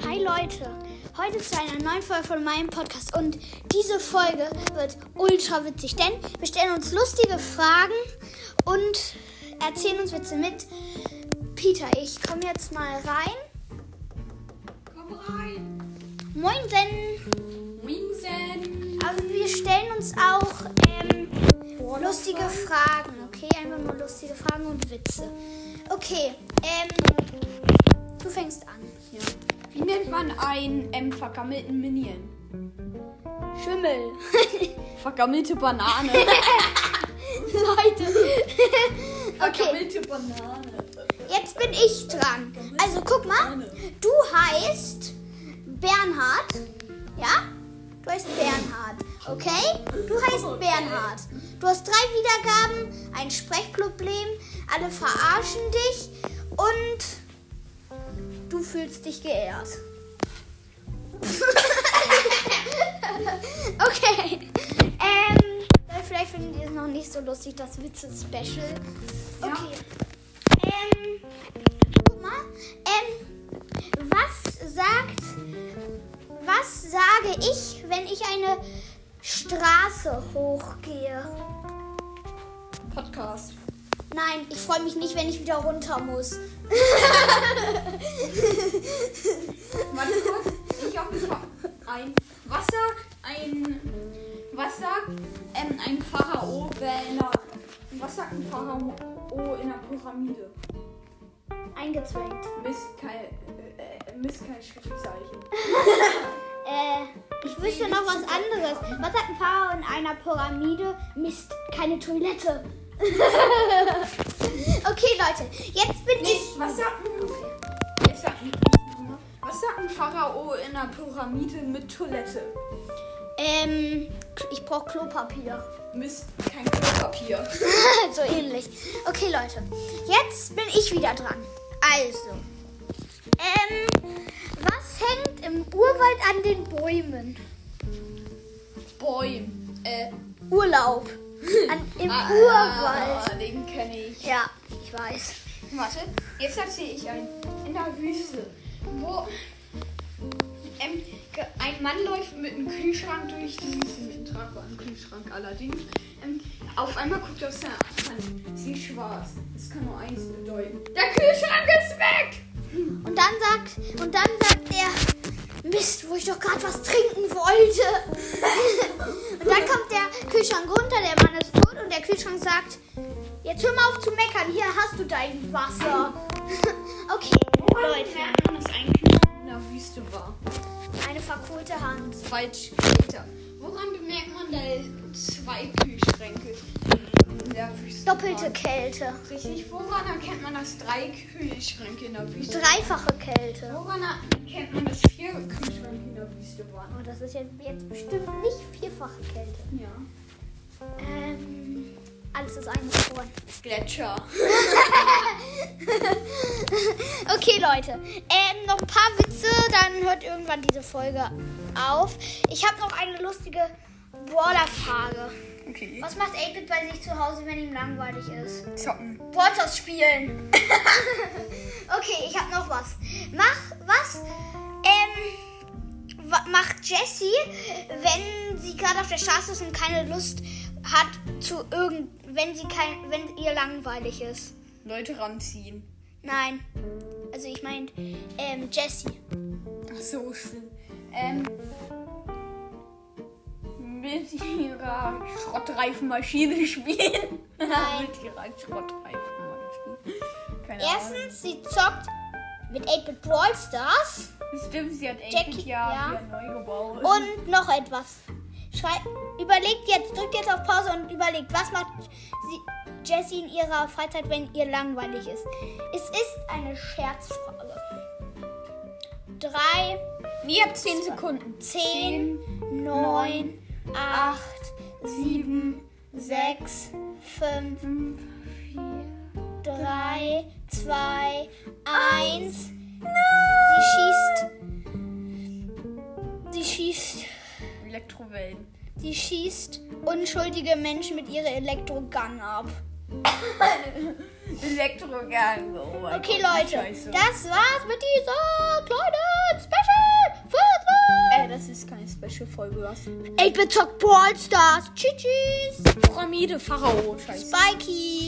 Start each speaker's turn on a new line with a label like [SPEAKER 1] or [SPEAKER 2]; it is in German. [SPEAKER 1] Leute, heute zu einer neuen Folge von meinem Podcast. Und diese Folge wird ultra witzig, denn wir stellen uns lustige Fragen und erzählen uns Witze mit. Peter, ich komme jetzt mal rein.
[SPEAKER 2] Komm rein.
[SPEAKER 1] Moin, denn.
[SPEAKER 2] Wingsen.
[SPEAKER 1] Also, wir stellen uns auch ähm, lustige Fragen, okay? Einfach nur lustige Fragen und Witze. Okay, ähm, du fängst an.
[SPEAKER 2] Wie nennt man einen ähm, vergammelten Minion?
[SPEAKER 1] Schimmel.
[SPEAKER 2] Vergammelte Banane.
[SPEAKER 1] Leute. okay.
[SPEAKER 2] Vergammelte Banane.
[SPEAKER 1] Jetzt bin ich dran. Also guck mal, du heißt Bernhard. Ja? Du heißt Bernhard. Okay? Du heißt Bernhard. Du hast drei Wiedergaben, ein Sprechproblem, alle verarschen dich und du fühlst dich geehrt. okay. Ähm, vielleicht finden die es noch nicht so lustig, das Witze-Special. Okay. Ähm, guck mal. Ähm, was sagt, was sage ich, wenn ich eine Straße hochgehe?
[SPEAKER 2] Podcast.
[SPEAKER 1] Nein, ich freue mich nicht, wenn ich wieder runter muss.
[SPEAKER 2] Warte kurz. Ich hab mich ver- ein. Was sagt ein. Was sagt ähm, ein Pharao wenn er. Was sagt ein Pharao in der Pyramide?
[SPEAKER 1] Eingezwängt.
[SPEAKER 2] Mist, kein. Äh, äh, Mist, kein Schriftzeichen.
[SPEAKER 1] Äh, ich wüsste noch was anderes. Was hat ein Pharao in einer Pyramide? Mist, keine Toilette. okay, Leute, jetzt bin
[SPEAKER 2] Nee,
[SPEAKER 1] ich.
[SPEAKER 2] was sagt ein. Ich sag nicht. Was sagt ein Pharao in der Pyramide mit Toilette?
[SPEAKER 1] Ähm, ich brauche Klopapier.
[SPEAKER 2] Mist, kein Klopapier.
[SPEAKER 1] so ähnlich. Okay, Leute. Jetzt bin ich wieder dran. Also. Ähm, was hängt im Urwald an den Bäumen?
[SPEAKER 2] Boy. Äh,
[SPEAKER 1] Urlaub. An, Im
[SPEAKER 2] ah,
[SPEAKER 1] Urwald.
[SPEAKER 2] Ah, den kenne ich.
[SPEAKER 1] Ja, ich weiß.
[SPEAKER 2] Warte, jetzt erzähle ich einen. In der Wüste, wo ähm, ge- ein Mann läuft mit einem Kühlschrank durch die Wüste, mit einem tragbaren Kühlschrank allerdings. Ähm, auf einmal guckt er aus seiner Hand. Sie ist schwarz. Das kann nur eins bedeuten. Der Kühlschrank ist weg!
[SPEAKER 1] Und dann sagt, und dann sagt er, Mist, wo ich doch gerade was trinken wollte. und dann kommt der Kühlschrank runter, der Mann ist tot und der Kühlschrank sagt, jetzt hör mal auf zu meckern, hier hast du dein Wasser. okay,
[SPEAKER 2] Leute,
[SPEAKER 1] Leute,
[SPEAKER 2] merkt man, dass ein Kühlschrank in der Wüste war.
[SPEAKER 1] eine verkohlte Hand.
[SPEAKER 2] Falsch später. Woran bemerkt man da zwei Kühlschränke in der Wüste?
[SPEAKER 1] Doppelte
[SPEAKER 2] waren?
[SPEAKER 1] Kälte.
[SPEAKER 2] Richtig, woran erkennt man, dass drei Kühlschränke in der Wüste waren?
[SPEAKER 1] Dreifache Kälte.
[SPEAKER 2] Woran erkennt man, dass vier Kühlschränke in der Wüste waren?
[SPEAKER 1] Oh, das ist jetzt, jetzt bestimmt nicht vierfache Kälte.
[SPEAKER 2] Ja.
[SPEAKER 1] Ähm, alles ist eingefroren.
[SPEAKER 2] Gletscher.
[SPEAKER 1] Okay, Leute. Ähm, noch ein paar Witze, dann hört irgendwann diese Folge auf. Ich habe noch eine lustige Brawler-Frage.
[SPEAKER 2] Okay.
[SPEAKER 1] Was macht 8-Bit bei sich zu Hause, wenn ihm langweilig ist?
[SPEAKER 2] Zocken.
[SPEAKER 1] Brawlers spielen. okay, ich habe noch was. Mach was? Ähm, wa macht Jessie, wenn sie gerade auf der Straße ist und keine Lust hat zu irgend, wenn sie kein, wenn ihr langweilig ist?
[SPEAKER 2] Leute ranziehen.
[SPEAKER 1] Nein. Also ich meine, ähm, Jessie.
[SPEAKER 2] Ach so, schlimm. Ähm. Mit ihrer Schrottreifenmaschine spielen.
[SPEAKER 1] Nein.
[SPEAKER 2] mit ihrer Schrottreifenmaschine. Keine Ahnung.
[SPEAKER 1] Erstens, sie zockt mit 8-Bit Brawl Stars.
[SPEAKER 2] Stimmt, sie hat
[SPEAKER 1] Jackie,
[SPEAKER 2] echt
[SPEAKER 1] ja.
[SPEAKER 2] ja, wieder neu gebaut.
[SPEAKER 1] Und noch etwas. Schreibt, überlegt jetzt, drückt jetzt auf Pause und überlegt, was macht sie, Jessie in ihrer Freizeit, wenn ihr langweilig ist. Es ist eine Scherzfrage. Drei,
[SPEAKER 2] ihr habt 10 Sekunden.
[SPEAKER 1] zehn, neun, acht, sieben, sechs, fünf, 3, 2, 1. Sie schießt. Sie schießt.
[SPEAKER 2] Elektrowellen.
[SPEAKER 1] Sie schießt unschuldige Menschen mit ihrer Elektrogun ab.
[SPEAKER 2] Elektrogang. Oh mein
[SPEAKER 1] Okay,
[SPEAKER 2] Gott,
[SPEAKER 1] Leute,
[SPEAKER 2] Scheiße.
[SPEAKER 1] das war's mit dieser kleinen Special
[SPEAKER 2] Äh, Folge was.
[SPEAKER 1] 8-Bit zockt Brawl Stars. Tschüss, tschüss.
[SPEAKER 2] Pyramide, Pharao, scheiße.
[SPEAKER 1] Spikey.